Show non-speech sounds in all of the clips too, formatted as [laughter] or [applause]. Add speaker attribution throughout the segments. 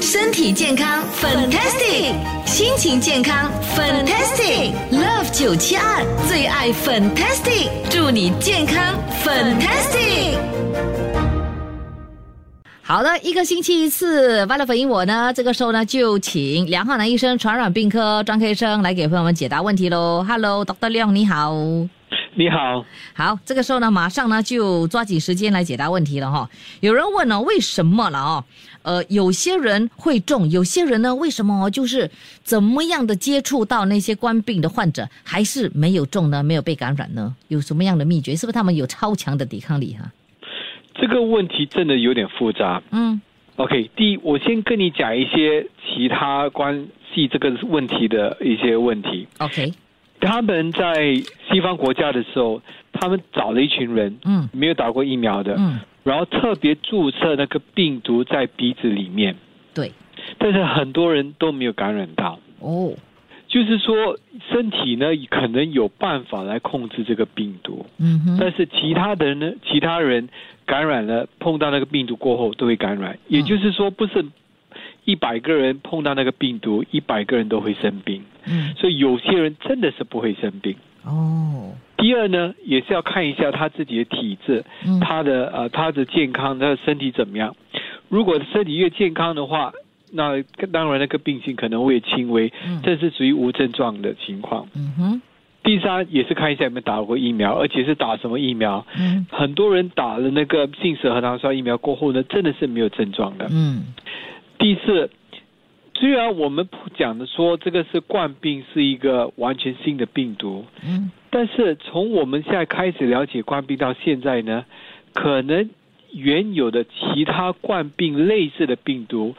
Speaker 1: 身体健康，fantastic；心情健康，fantastic。Love 九七二最爱 fantastic，祝你健康，fantastic。
Speaker 2: 好的，一个星期一次，快乐粉应我呢，这个时候呢就请梁浩南医生、传染病科专科医生来给朋友们解答问题喽。Hello，Dr. 亮，你好。
Speaker 3: 你好，
Speaker 2: 好，这个时候呢，马上呢就抓紧时间来解答问题了哈、有人问呢、为什么了哦？呃，有些人会中，有些人呢，为什么哦？就是怎么样的接触到那些冠病的患者，还是没有中呢？没有被感染呢？有什么样的秘诀？是不是他们有超强的抵抗力哈、
Speaker 3: 这个问题真的有点复杂。
Speaker 2: 嗯
Speaker 3: OK，第一，我先跟你讲一些其他关系这个问题的一些问题。
Speaker 2: ，OK，
Speaker 3: 他们在西方国家的时候，他们找了一群人
Speaker 2: 嗯
Speaker 3: 没有打过疫苗的，
Speaker 2: 嗯，
Speaker 3: 然后特别注射那个病毒在鼻子里面，
Speaker 2: 对，
Speaker 3: 但是很多人都没有感染到。
Speaker 2: 哦，
Speaker 3: 就是说，身体呢可能有办法来控制这个病毒，
Speaker 2: 嗯哼，
Speaker 3: 但是其他的人呢，其他人感染了，碰到那个病毒过后都会感染，
Speaker 2: 嗯
Speaker 3: 也就是说，不是一百个人碰到那个病毒，一百个人都会生病，
Speaker 2: 嗯，
Speaker 3: 所以有些人真的是不会生病。
Speaker 2: 哦，
Speaker 3: 第二呢，也是要看一下他自己的体质，
Speaker 2: 嗯
Speaker 3: 他的呃他的健康，他的身体怎么样。如果身体越健康的话，那当然那个病情可能会轻微
Speaker 2: 嗯，
Speaker 3: 这是属于无症状的情况。
Speaker 2: 嗯哼，
Speaker 3: 第三也是看一下有没有打过疫苗，而且是打什么疫苗。
Speaker 2: 嗯
Speaker 3: 很多人打了那个杏核糖酸疫苗过后呢，真的是没有症状的。
Speaker 2: 嗯
Speaker 3: 第四，虽然我们不讲的说这个是冠病是一个完全新的病毒，
Speaker 2: 嗯，
Speaker 3: 但是从我们现在开始了解冠病到现在呢，可能原有的其他冠病类似的病毒，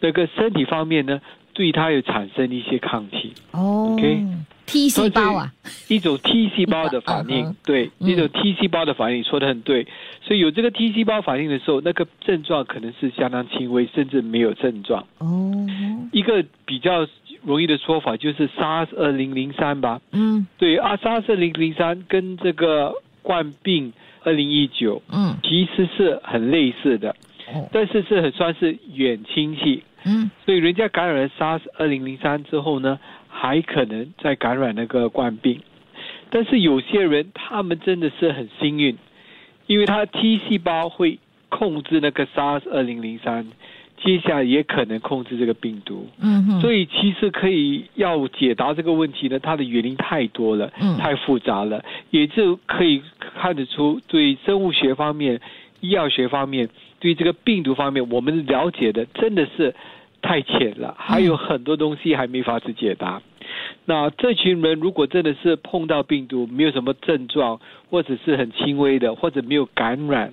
Speaker 3: 那个身体方面呢，对它有产生一些抗体。
Speaker 2: 哦
Speaker 3: OK
Speaker 2: ，T 细胞啊，
Speaker 3: 一种 T 细胞的反
Speaker 2: 嗯
Speaker 3: 应
Speaker 2: 哼，
Speaker 3: 对，
Speaker 2: 嗯
Speaker 3: 一种 T 细胞的反应，说的很对。所以有这个 T 细胞反应的时候，那个症状可能是相当轻微，甚至没有症状。
Speaker 2: 哦，
Speaker 3: 一个比较容易的说法就是 SARS 二零零三吧，
Speaker 2: 嗯
Speaker 3: 对啊，SARS 二零零三跟这个冠病二零一九
Speaker 2: 嗯，
Speaker 3: 其实是很类似的，
Speaker 2: 哦，
Speaker 3: 但是是很算是远亲戚。
Speaker 2: 嗯
Speaker 3: 所以人家感染了 SARS 二零零三之后呢，还可能再感染那个冠病。但是有些人他们真的是很幸运，因为他 T 细胞会控制那个 SARS 二零零三，接下来也可能控制这个病毒。
Speaker 2: 嗯哼，
Speaker 3: 所以其实可以要解答这个问题呢，它的原因太多了
Speaker 2: 嗯，
Speaker 3: 太复杂了，也就可以看得出对生物学方面、医药学方面、对这个病毒方面，我们了解的真的是太浅了，还有很多东西还没法子解答。那这群人如果真的是碰到病毒，没有什么症状，或者是很轻微的，或者没有感染，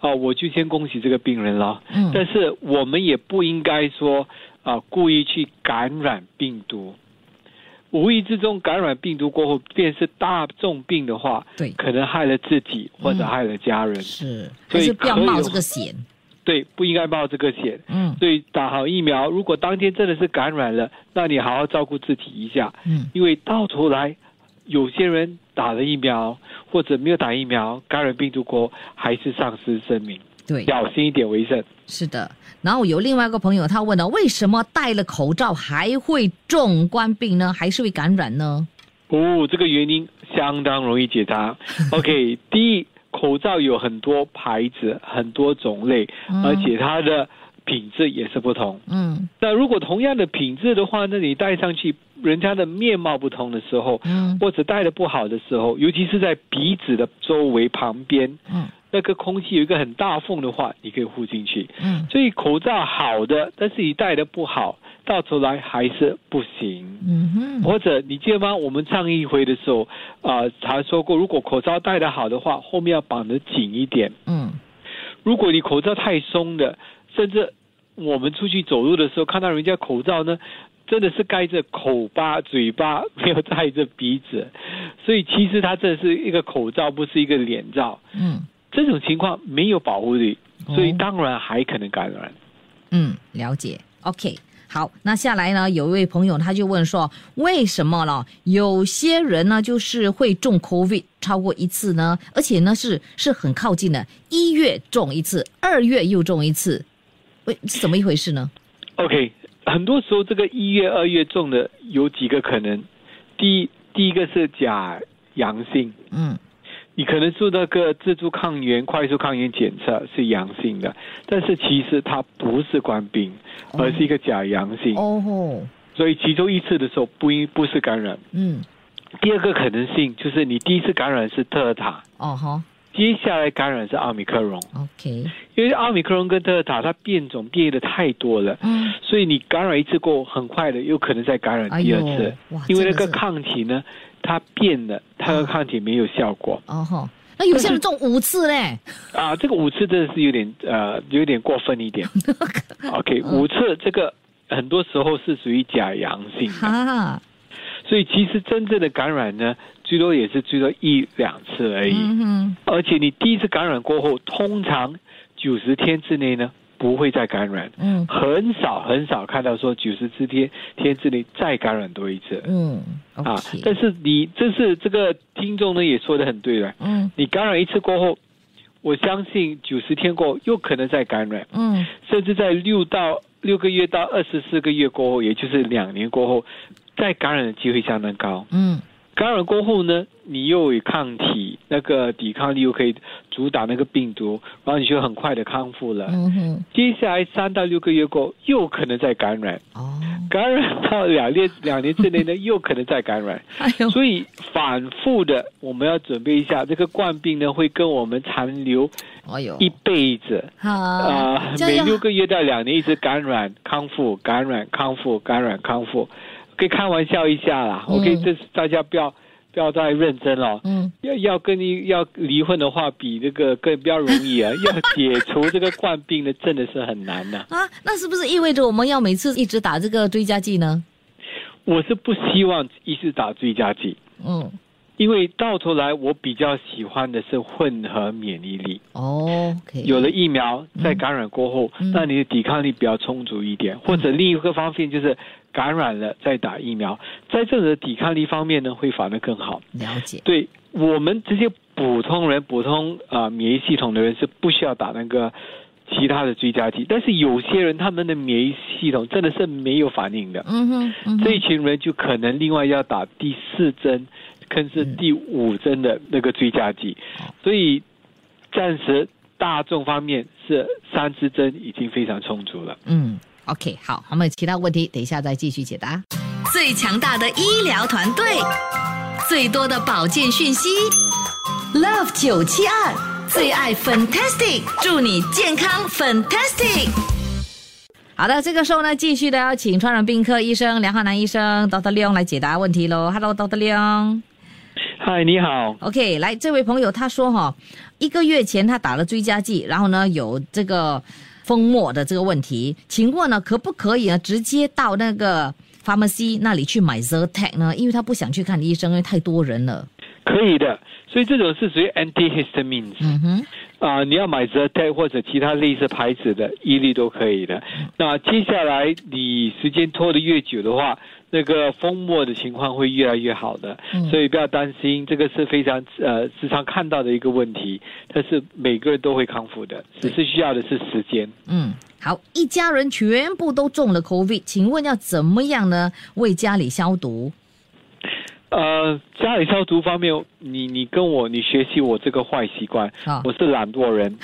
Speaker 3: 啊、我就先恭喜这个病人了。
Speaker 2: 嗯
Speaker 3: 但是我们也不应该说啊、故意去感染病毒。无意之中感染病毒过后，便是大重病的话，
Speaker 2: 对
Speaker 3: 可能害了自己或者
Speaker 2: 嗯
Speaker 3: 害了家人，
Speaker 2: 是，还
Speaker 3: 所以
Speaker 2: 是不要
Speaker 3: 可以
Speaker 2: 冒
Speaker 3: 的
Speaker 2: 这个险。
Speaker 3: 对，不应该冒这个险。
Speaker 2: 嗯
Speaker 3: 所以打好疫苗，如果当天真的是感染了，那你好好照顾自己一下，
Speaker 2: 嗯
Speaker 3: 因为到头来，有些人打了疫苗或者没有打疫苗，感染病毒过后还是丧失生命，，
Speaker 2: 对，
Speaker 3: 小心一点为胜。
Speaker 2: 是的。然后有另外一个朋友他问了，为什么戴了口罩还会中冠病呢？还是会感染呢？
Speaker 3: 哦，这个原因相当容易
Speaker 2: [laughs]
Speaker 3: 解答。OK，第一，口罩有很多牌子、很多种类，
Speaker 2: 嗯
Speaker 3: 而且它的品质也是不同。
Speaker 2: 嗯
Speaker 3: 那如果同样的品质的话，那你戴上去，人家的面貌不同的时候，
Speaker 2: 嗯
Speaker 3: 或者戴的不好的时候，尤其是在鼻子的周围旁边，
Speaker 2: 嗯
Speaker 3: 那个空气有一个很大缝的话，你可以呼进去。
Speaker 2: 嗯
Speaker 3: 所以口罩好的，但是你戴的不好，到头来还是不行。
Speaker 2: 嗯哼，
Speaker 3: 或者你记得吗？我们上一回的时候，啊、常说过，如果口罩戴得好的话，后面要绑得紧一点。
Speaker 2: 嗯
Speaker 3: 如果你口罩太松的，甚至我们出去走路的时候看到人家口罩呢，真的是盖着口巴、嘴巴，没有盖着鼻子，所以其实它这是一个口罩，不是一个脸罩。
Speaker 2: 嗯
Speaker 3: 这种情况没有保护力，所以
Speaker 2: 哦
Speaker 3: 当然还可能感染。
Speaker 2: 嗯，了解。OK，好，那下来呢，有一位朋友他就问说，为什么了？有些人呢，就是会中 COVID 超过一次呢，而且呢是是很靠近的，一月中一次，二月又中一次，喂，是怎么一回事呢？
Speaker 3: OK，很多时候这个一月、二月中的有几个可能，第一，第一个是假阳性，
Speaker 2: 嗯
Speaker 3: 你可能做那个自助抗原、快速抗原检测是阳性的，但是其实它不是冠病，而是一个假阳性，
Speaker 2: 哦吼，
Speaker 3: 所以其中一次的时候不应不是感染。
Speaker 2: 嗯
Speaker 3: 第二个可能性就是你第一次感染是特尔塔，
Speaker 2: 哦吼
Speaker 3: 接下来感染是奥密克戎，
Speaker 2: ，OK，
Speaker 3: 因为奥密克戎跟特尔塔它变种变异的太多了。
Speaker 2: 嗯
Speaker 3: 所以你感染一次过后，很快的有可能再感染第二次，
Speaker 2: 哎呦哇
Speaker 3: 因为那个
Speaker 2: 真的是
Speaker 3: 抗体呢，它变了，它的抗体没有效果
Speaker 2: 哦吼，那有些人中五次嘞，
Speaker 3: 啊。这个五次真的是有点呃，有点过分
Speaker 2: [laughs]
Speaker 3: 一点。OK，五
Speaker 2: 嗯
Speaker 3: 次这个很多时候是属于假阳性的，
Speaker 2: 哈，
Speaker 3: 所以其实真正的感染呢，最多也是最多一两次而已。
Speaker 2: 嗯哼，
Speaker 3: 而且你第一次感染过后，通常九十天之内呢，不会再感染。
Speaker 2: 嗯
Speaker 3: 很少很少看到说九十之天天之内再感染多一次，
Speaker 2: 嗯
Speaker 3: 啊
Speaker 2: ，OK，，
Speaker 3: 但是你这是这个听众呢也说的很对了，
Speaker 2: 嗯
Speaker 3: 你感染一次过后，我相信九十天过后又可能再感染，
Speaker 2: 嗯
Speaker 3: 甚至在六到六个月到二十四个月过后，也就是两年过后，再感染的机会相当高。
Speaker 2: 嗯
Speaker 3: 感染过后呢，你又有抗体，那个抵抗力又可以阻挡那个病毒，然后你就很快的康复了。
Speaker 2: 嗯哼，
Speaker 3: 接下来三到六个月过后，又可能再感染，
Speaker 2: 哦，
Speaker 3: 感染到两年两年之内呢，又可能再感染。
Speaker 2: [laughs] 哎呦，
Speaker 3: 所以反复的，我们要准备一下，这个冠病呢会跟我们残留
Speaker 2: 哎呦，
Speaker 3: 一辈子。啊、
Speaker 2: 啊，这
Speaker 3: 每
Speaker 2: 样
Speaker 3: 六个月到两年一直感染康复，感染康复，感染康复，可以开玩笑一下啦。
Speaker 2: 嗯
Speaker 3: OK，这是大家不要不要太认真了。
Speaker 2: 嗯，
Speaker 3: 要要跟你要离婚的话，比这个更比较容易啊。要解除这个冠病的，真的是很难呐、
Speaker 2: 啊，那是不是意味着我们要每次一直打这个追加剂呢？
Speaker 3: 我是不希望一直打追加剂，
Speaker 2: 嗯，
Speaker 3: 因为到头来我比较喜欢的是混合免疫力。
Speaker 2: 哦，OK，
Speaker 3: 有了疫苗，在感染过后，
Speaker 2: 嗯
Speaker 3: 那你的抵抗力比较充足一点，或者另一个方面就是感染了再打疫苗，在这个抵抗力方面呢，会反而更好。
Speaker 2: 了解，
Speaker 3: 对我们这些普通人、普通啊、呃免疫系统的人是不需要打那个其他的追加剂，但是有些人他们的免疫系统真的是没有反应的，
Speaker 2: 嗯哼，嗯哼
Speaker 3: 这一群人就可能另外要打第四针，甚至第五针的那个追加剂，所以暂时大众方面是三支针已经非常充足了。
Speaker 2: 嗯，OK，好，还有没有其他问题？等一下再继续解答。
Speaker 1: 最强大的医疗团队，最多的保健讯息，Love 972最爱 Fantastic，祝你健康 Fantastic。
Speaker 2: 好的，这个时候呢，继续的要请传染病科医生梁浩南医生 Dr. 亮来解答问题喽。Hello，Dr. 亮。
Speaker 3: 嗨，你好。
Speaker 2: OK，来，这位朋友他说哈、一个月前他打了追加剂，然后呢有这个封膜的这个问题，请问呢可不可以呢直接到那个 pharmacy 那里去买 Zyrtec 呢？因为他不想去看医生，因为太多人了。
Speaker 3: 可以的，所以这种是属于 antihistamines
Speaker 2: 嗯哼，
Speaker 3: 啊、你要买 Zyrtec 或者其他类似牌子的伊利都可以的。那接下来你时间拖得越久的话，那个封膜的情况会越来越好的，
Speaker 2: 嗯
Speaker 3: 所以不要担心，这个是非常呃时常看到的一个问题，但是每个人都会康复的，只是需要的是时间。
Speaker 2: 嗯，好，一家人全部都中了 COVID，请问要怎么样呢？为家里消毒？
Speaker 3: 呃，家里消毒方面，你你跟我你学习我这个坏习惯，
Speaker 2: 啊
Speaker 3: 我是懒惰人。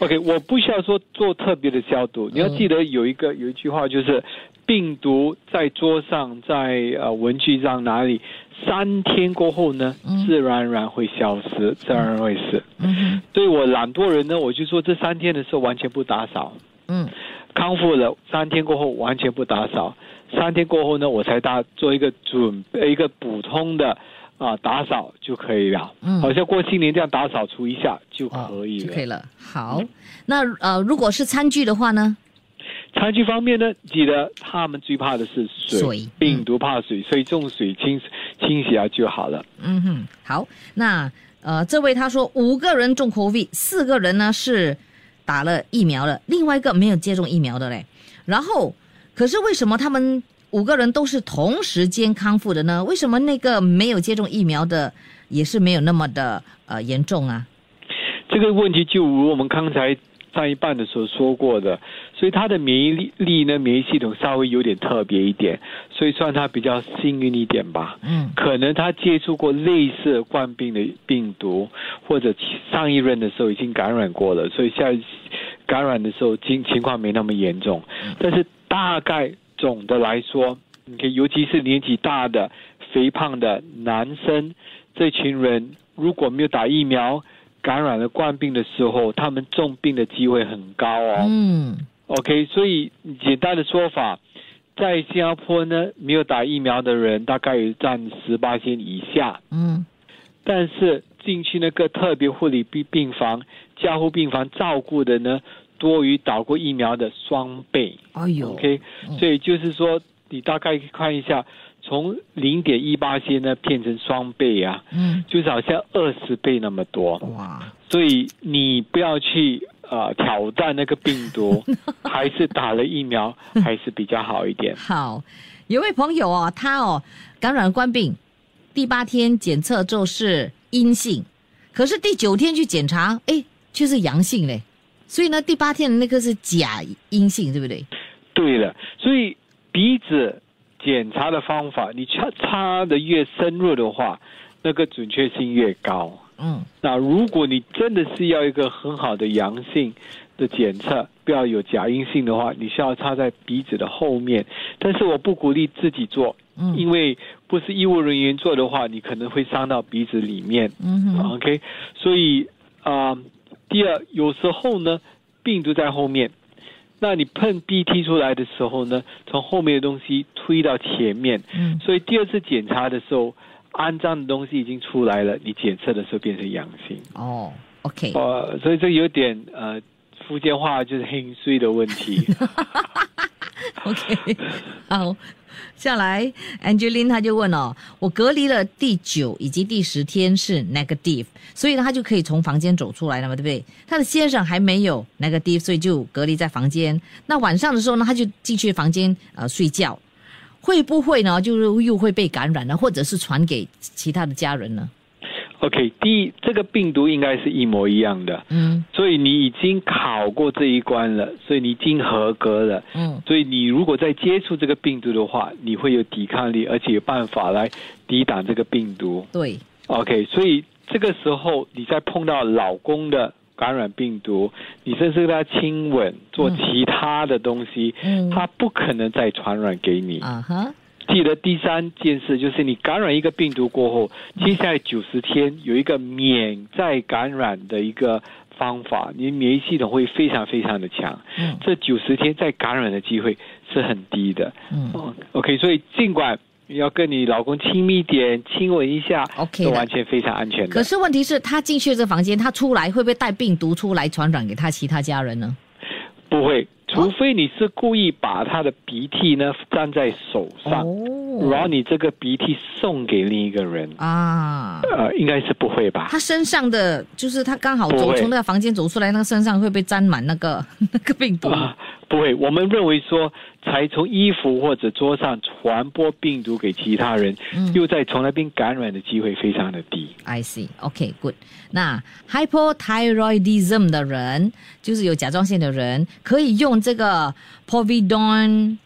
Speaker 3: OK，我不需要说做特别的消毒，你要记得有一个有一句话就是，病毒在桌上，在呃文具上哪里，三天过后呢，自然而然会消失，自然而然会死。
Speaker 2: 嗯哼，
Speaker 3: 所以我懒惰人呢，我就说这三天的时候完全不打扫，
Speaker 2: 嗯
Speaker 3: 康复了三天过后完全不打扫，三天过后呢，我才打做一个准备一个普通的啊、打扫就可以了，
Speaker 2: 嗯
Speaker 3: 好像过新年这样打扫除一下就
Speaker 2: 哦
Speaker 3: 可以
Speaker 2: 就
Speaker 3: 了。
Speaker 2: 可以了。好，那呃，如果是餐具的话呢？
Speaker 3: 残疾方面呢，记得他们最怕的是水，
Speaker 2: 水嗯
Speaker 3: 病毒怕水，所以用水清清洗啊就好了。
Speaker 2: 嗯哼，好，那呃，这位他说五个人中 COVID，四个人呢是打了疫苗了，另外一个没有接种疫苗的嘞。然后，可是为什么他们五个人都是同时间康复的呢？为什么那个没有接种疫苗的也是没有那么的呃严重啊？
Speaker 3: 这个问题就如我们刚才上一半的时候说过的，所以他的免疫力力呢，免疫系统稍微有点特别一点，所以算他比较幸运一点吧。
Speaker 2: 嗯
Speaker 3: 可能他接触过类似冠病的病毒，或者上一任的时候已经感染过了，所以下一感染的时候情情况没那么严重。但是大概总的来说，OK，尤其是年纪大的、肥胖的男生这群人，如果没有打疫苗，感染了冠病的时候，他们重病的机会很高哦。
Speaker 2: 嗯
Speaker 3: OK，所以简单的说法，在新加坡呢，没有打疫苗的人大概有占十八线以下，
Speaker 2: 嗯
Speaker 3: 但是进去那个特别护理病病房、加护病房照顾的呢，多于打过疫苗的双倍。
Speaker 2: 哎呦
Speaker 3: OK，
Speaker 2: 嗯
Speaker 3: 所以就是说，你大概看一下，从零点一八线呢变成双倍啊，
Speaker 2: 嗯，
Speaker 3: 就是好像二十倍那么多。
Speaker 2: 哇，
Speaker 3: 所以你不要去呃挑战那个病毒，还是打了疫苗还是比较好一点。
Speaker 2: 好，有位朋友哦，他哦感染冠病，第八天检测就是阴性，可是第九天去检查，哎，却是阳性嘞。所以呢，第八天的那个是假阴性，对不对？
Speaker 3: 对了，所以鼻子检查的方法，你插插的越深入的话，那个准确性越高。
Speaker 2: 嗯
Speaker 3: 那如果你真的是要一个很好的阳性的检测，不要有假阴性的话，你需要插在鼻子的后面。但是我不鼓励自己做，
Speaker 2: 嗯
Speaker 3: 因为不是医务人员做的话，你可能会伤到鼻子里面。
Speaker 2: 嗯哼
Speaker 3: OK，所以啊、第二，有时候呢，病毒在后面，那你碰 BT 出来的时候呢，从后面的东西推到前面，
Speaker 2: 嗯
Speaker 3: 所以第二次检查的时候，肮脏的东西已经出来了，你检测的时候变成阳性，
Speaker 2: 哦，OK，
Speaker 3: 呃，所以这有点呃，福建话就是黑水的问题。
Speaker 2: [laughs] OK，好，下来 Angeline 她就问哦，我隔离了第九以及第十天是 negative，所以呢，她就可以从房间走出来了嘛，对不对？她的先生还没有 negative，所以就隔离在房间。那晚上的时候呢，她就进去房间呃睡觉，会不会呢，就是又会被感染呢，或者是传给其他的家人呢？
Speaker 3: OK，第一，这个病毒应该是一模一样的，
Speaker 2: 嗯
Speaker 3: 所以你已经考过这一关了，所以你已经合格了。
Speaker 2: 嗯
Speaker 3: 所以你如果在接触这个病毒的话，你会有抵抗力，而且有办法来抵挡这个病毒。
Speaker 2: 对，
Speaker 3: OK，所以这个时候你在碰到老公的感染病毒，你甚至跟他亲吻，做其他的东西，
Speaker 2: 嗯
Speaker 3: 他不可能再传染给你。
Speaker 2: 啊哈，
Speaker 3: 记得第三件事就是你感染一个病毒过后，接下来九十天有一个免再感染的一个方法，你免疫系统会非常非常的强。
Speaker 2: 嗯
Speaker 3: 这九十天再感染的机会是很低的。
Speaker 2: 嗯
Speaker 3: 哦 OK，所以尽管你要跟你老公亲密一点，亲吻一下
Speaker 2: OK
Speaker 3: 都
Speaker 2: 的
Speaker 3: 完全非常安全的
Speaker 2: 可。是问题是，她进去这房间，她出来会不会带病毒出来传染给她其他家人呢？
Speaker 3: 不会，
Speaker 2: 哦
Speaker 3: 除非你是故意把他的鼻涕呢粘在手上，
Speaker 2: 哦
Speaker 3: 然后你这个鼻涕送给另一个人，
Speaker 2: 啊，
Speaker 3: 呃，应该是不会吧？
Speaker 2: 他身上的就是他刚好
Speaker 3: 不
Speaker 2: 走
Speaker 3: 会
Speaker 2: 从那个房间走出来，那个身上会被沾满那个 [laughs] 那个病毒。
Speaker 3: 啊，不会，我们认为说，才从衣服或者桌上传播病毒给其他人，
Speaker 2: 嗯
Speaker 3: 又再从那边感染的机会非常的低。
Speaker 2: I see, OK, good. 那 hypothyroidism 的人，就是有甲状腺的人，可以用这个 povidone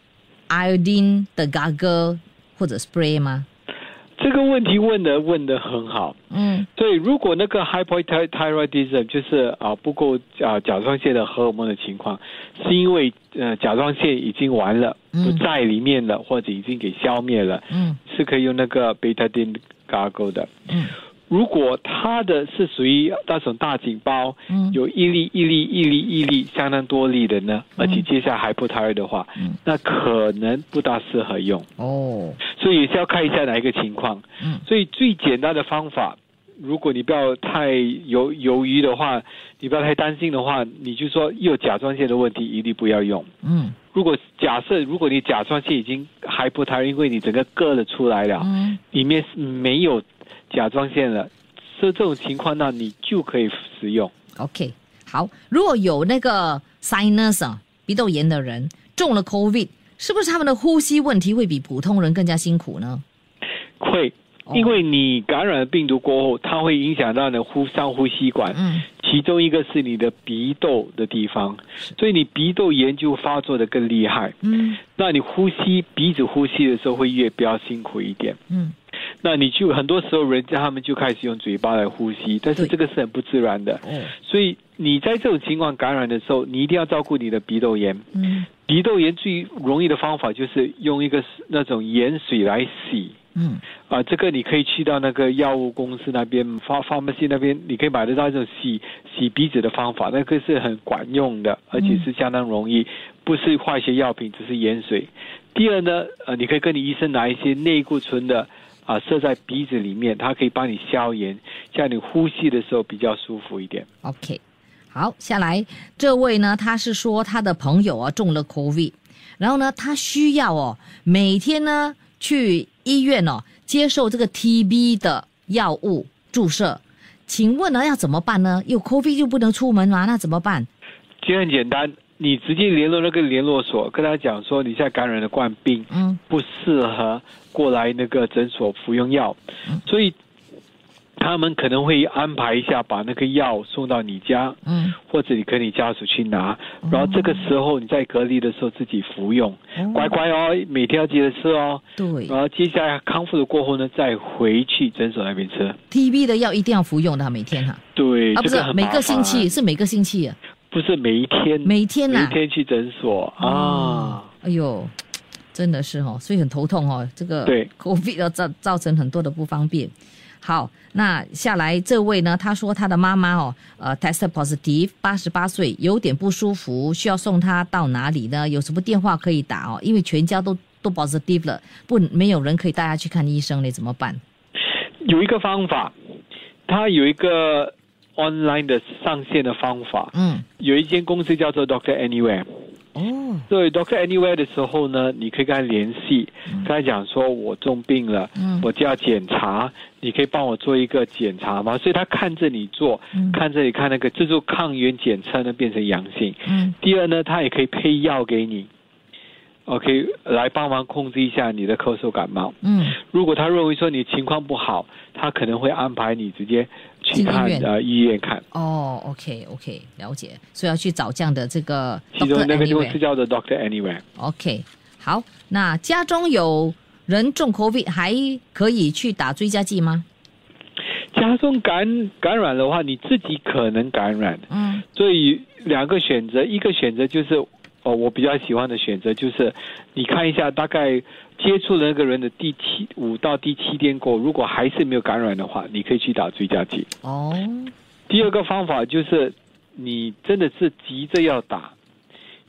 Speaker 2: iodine 的 gargle 或者 spray 吗？
Speaker 3: 这个问题问的问的很好。
Speaker 2: 嗯
Speaker 3: 对，如果那个 hypothyroidism 就是啊不够啊甲状腺的荷尔蒙的情况，是因为呃甲状腺已经完了，
Speaker 2: 嗯
Speaker 3: 不在里面了，或者已经给消灭了，
Speaker 2: 嗯
Speaker 3: 是可以用那个 betadine gargle 的。
Speaker 2: 嗯
Speaker 3: 如果它的是属于那种大警包，
Speaker 2: 嗯
Speaker 3: 有一粒一粒一粒一粒相当多粒的呢，而且接下来 hypothyroid 的话，
Speaker 2: 嗯
Speaker 3: 那可能不大适合用。
Speaker 2: 哦
Speaker 3: 所以也是要看一下哪一个情况。
Speaker 2: 嗯
Speaker 3: 所以最简单的方法，如果你不要太犹犹豫的话，你不要太担心的话，你就说有甲状腺的问题一律不要用。
Speaker 2: 嗯
Speaker 3: 如果假设如果你甲状腺已经 h y p o t 因为你整个割了出来了，
Speaker 2: 嗯
Speaker 3: 里面是没有甲状腺了，这这种情况那你就可以使用。
Speaker 2: ，OK，好。如果有那个 sinus 啊鼻窦炎的人中了 COVID，是不是他们的呼吸问题会比普通人更加辛苦呢？
Speaker 3: 会
Speaker 2: 哦，
Speaker 3: 因为你感染了病毒过后，它会影响到你的呼上呼吸管，
Speaker 2: 嗯，
Speaker 3: 其中一个是你的鼻窦的地方，所以你鼻窦炎就发作的更厉害。
Speaker 2: 嗯
Speaker 3: 那你呼吸鼻子呼吸的时候会越比较辛苦一点。
Speaker 2: 嗯，
Speaker 3: 那你就很多时候人家他们就开始用嘴巴来呼吸，但
Speaker 2: 对
Speaker 3: 是这个是很不自然的。
Speaker 2: 哦，
Speaker 3: 所以你在这种情况感染的时候，你一定要照顾你的鼻窦炎。
Speaker 2: 嗯
Speaker 3: 鼻窦炎最容易的方法就是用一个那种盐水来洗。
Speaker 2: 嗯
Speaker 3: 啊，这个你可以去到那个药物公司那边、发 pharmacy 那边，你可以买得到这种洗洗鼻子的方法，那个是很管用的，而且是相当容易，不是化学药品，只是盐水。第二呢，呃，你可以跟你医生拿一些类固醇的啊，射在鼻子里面，它可以帮你消炎，这样你呼吸的时候比较舒服一点。
Speaker 2: ，OK，好，下来这位呢，他是说他的朋友啊中了 COVID，然后呢，他需要哦每天呢去医院哦接受这个 TB 的药物注射，请问呢要怎么办呢？有 COVID 就不能出门嘛，那怎么办？
Speaker 3: 其实很简单，你直接联络那个联络所，跟他讲说你现在感染了冠病，
Speaker 2: 嗯
Speaker 3: 不适合过来那个诊所服用药，
Speaker 2: 嗯
Speaker 3: 所以他们可能会安排一下把那个药送到你家，
Speaker 2: 嗯
Speaker 3: 或者你跟你家属去拿，
Speaker 2: 哦
Speaker 3: 然后这个时候你在隔离的时候自己服用，乖乖哦，每天要记得吃哦，
Speaker 2: 对
Speaker 3: 然后接下来康复了过后呢，再回去诊所那边吃。
Speaker 2: ，TB 的药一定要服用的啊，每天哈、
Speaker 3: 对，
Speaker 2: 啊，不是
Speaker 3: 这个很
Speaker 2: 每
Speaker 3: 麻
Speaker 2: 个星
Speaker 3: 烦
Speaker 2: 期，是每个星期、啊，
Speaker 3: 不是每一天，
Speaker 2: 每天啊呐、
Speaker 3: 每天去诊所啊。
Speaker 2: 哎呦，真的是哦，所以很头痛哦。这个
Speaker 3: 对
Speaker 2: COVID 要造造成很多的不方便。好，那下来这位呢，他说他的妈妈哦，呃，test positive，八十八岁，有点不舒服，需要送她到哪里呢？有什么电话可以打哦？因为全家都都 positive 了，不没有人可以带她去看医生嘞，怎么办？
Speaker 3: 有一个方法，它有一个 online 的上线的方法。
Speaker 2: 嗯，
Speaker 3: 有一间公司叫做 Doctor Anywhere。
Speaker 2: 哦，
Speaker 3: 所以 Doctor Anywhere 的时候呢，你可以跟他联系，跟他讲说我中病了，
Speaker 2: 嗯
Speaker 3: 我就要检查，你可以帮我做一个检查吗？所以他看着你做，
Speaker 2: 嗯
Speaker 3: 看着你看那个，这就抗原检测呢变成阳性。
Speaker 2: 嗯
Speaker 3: 第二呢，他也可以配药给你，OK，来帮忙控制一下你的咳嗽感冒。
Speaker 2: 嗯
Speaker 3: 如果他认为说你情况不好，他可能会安排你直接去
Speaker 2: 进医
Speaker 3: 看
Speaker 2: 院
Speaker 3: 呃医院看。
Speaker 2: 哦，OK OK，了解，所以要去找这样的这个 Dr.
Speaker 3: 其中那个公
Speaker 2: Anywhere
Speaker 3: 司叫做 Doctor Anywhere。
Speaker 2: OK，好，那家中有人中 COVID 还可以去打追加剂吗？
Speaker 3: 家中感感染的话，你自己可能感染，
Speaker 2: 嗯
Speaker 3: 所以两个选择，一个选择就是哦，我比较喜欢的选择就是你看一下大概接触的那个人的第七五到第七天过，如果还是没有感染的话，你可以去打追加剂。
Speaker 2: 哦，
Speaker 3: 第二个方法就是你真的是急着要打，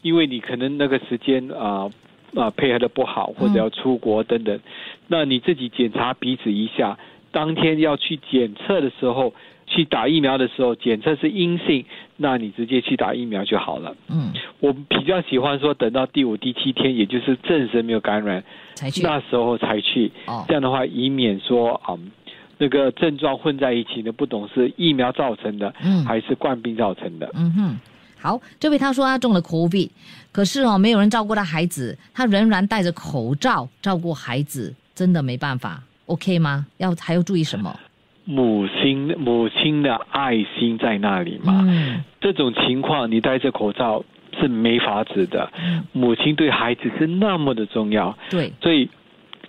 Speaker 3: 因为你可能那个时间啊啊、配合的不好，或者要出国等等，那你自己检查鼻子一下，当天要去检测的时候，去打疫苗的时候检测是阴性，那你直接去打疫苗就好了。
Speaker 2: 嗯，
Speaker 3: 我比较喜欢说等到第五、第七天，也就是证实没有感染，
Speaker 2: 才去
Speaker 3: 那时候才去。
Speaker 2: 哦
Speaker 3: 这样的话，以免说嗯那个症状混在一起呢，不懂是疫苗造成的，
Speaker 2: 嗯
Speaker 3: 还是冠病造成的。
Speaker 2: 嗯哼。好，这位他说他中了 COVID，可是哦，没有人照顾他孩子，他仍然戴着口罩照顾孩子，真的没办法，OK 吗？要还要注意什
Speaker 3: [laughs]
Speaker 2: 么？
Speaker 3: 母亲母亲的爱心在那里嘛？
Speaker 2: 嗯
Speaker 3: 这种情况你戴着口罩是没法子的。
Speaker 2: 嗯
Speaker 3: 母亲对孩子是那么的重要，
Speaker 2: 对，
Speaker 3: 所以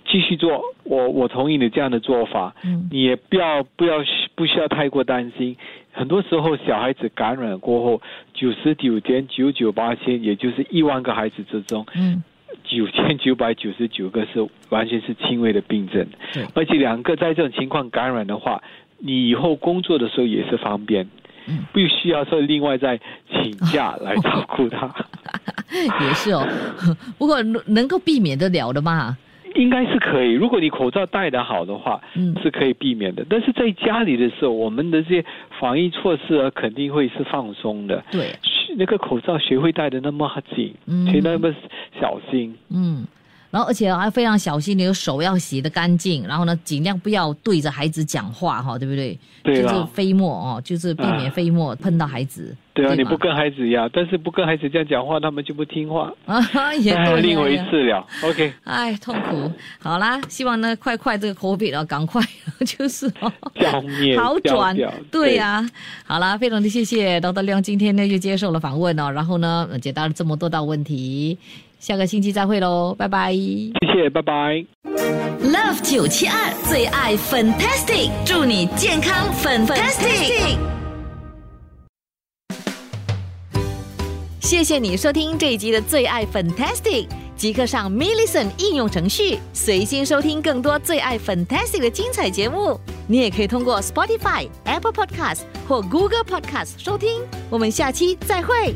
Speaker 3: 继续做，我我同意你这样的做法。
Speaker 2: 嗯
Speaker 3: 你也不要不要不需要太过担心。很多时候，小孩子感染过后，九十九点九九八千，也就是一万个孩子之中，
Speaker 2: 嗯
Speaker 3: 九千九百九十九个是完全是轻微的病症
Speaker 2: 对，
Speaker 3: 而且两个在这种情况感染的话，你以后工作的时候也是方便
Speaker 2: 嗯，
Speaker 3: 不需要说另外再请假来照顾他。 [laughs]
Speaker 2: 也是哦。 [laughs] 不过能够避免得了的嘛，
Speaker 3: 应该是可以，如果你口罩戴得好的话，
Speaker 2: 嗯
Speaker 3: 是可以避免的。但是在家里的时候，我们的这些防疫措施啊，肯定会是放松的。
Speaker 2: 对，
Speaker 3: 是那个口罩学会戴的那么紧，
Speaker 2: 嗯
Speaker 3: 谁那么小心？
Speaker 2: 嗯，然后而且还非常小心，你的手要洗得干净，然后呢，尽量不要对着孩子讲话哈，对不对？
Speaker 3: 对
Speaker 2: 就
Speaker 3: 啦
Speaker 2: 是飞沫哦，就是避免
Speaker 3: 啊
Speaker 2: 飞沫碰到孩子。
Speaker 3: 对啊，你
Speaker 2: 吗
Speaker 3: 不跟孩子呀，但是不跟孩子这样讲话，他们就不听话。
Speaker 2: [laughs] 啊，也
Speaker 3: 哎
Speaker 2: 对
Speaker 3: 另外一
Speaker 2: 呀
Speaker 3: 次了，OK。
Speaker 2: 哎，痛苦。好啦，希望呢，快快这个 COVID 啊，赶快 [laughs] 就是、哦、
Speaker 3: 消灭
Speaker 2: 好转
Speaker 3: 消掉。
Speaker 2: 对呀、好啦，非常的谢谢 d 德亮今天呢又接受了访问哦，然后呢呃解答了这么多道问题，下个星期再会喽，拜拜。
Speaker 3: 谢谢，拜拜。
Speaker 1: Love 九七二最爱 Fantastic，祝你健康 Fantastic。
Speaker 4: 谢谢你收听这一集的最爱 Fantastic，即刻上 m i l l i c e n t 应用程序，随心收听更多最爱 Fantastic 的精彩节目。你也可以通过 Spotify、Apple Podcast 或 Google Podcast 收听。我们下期再会。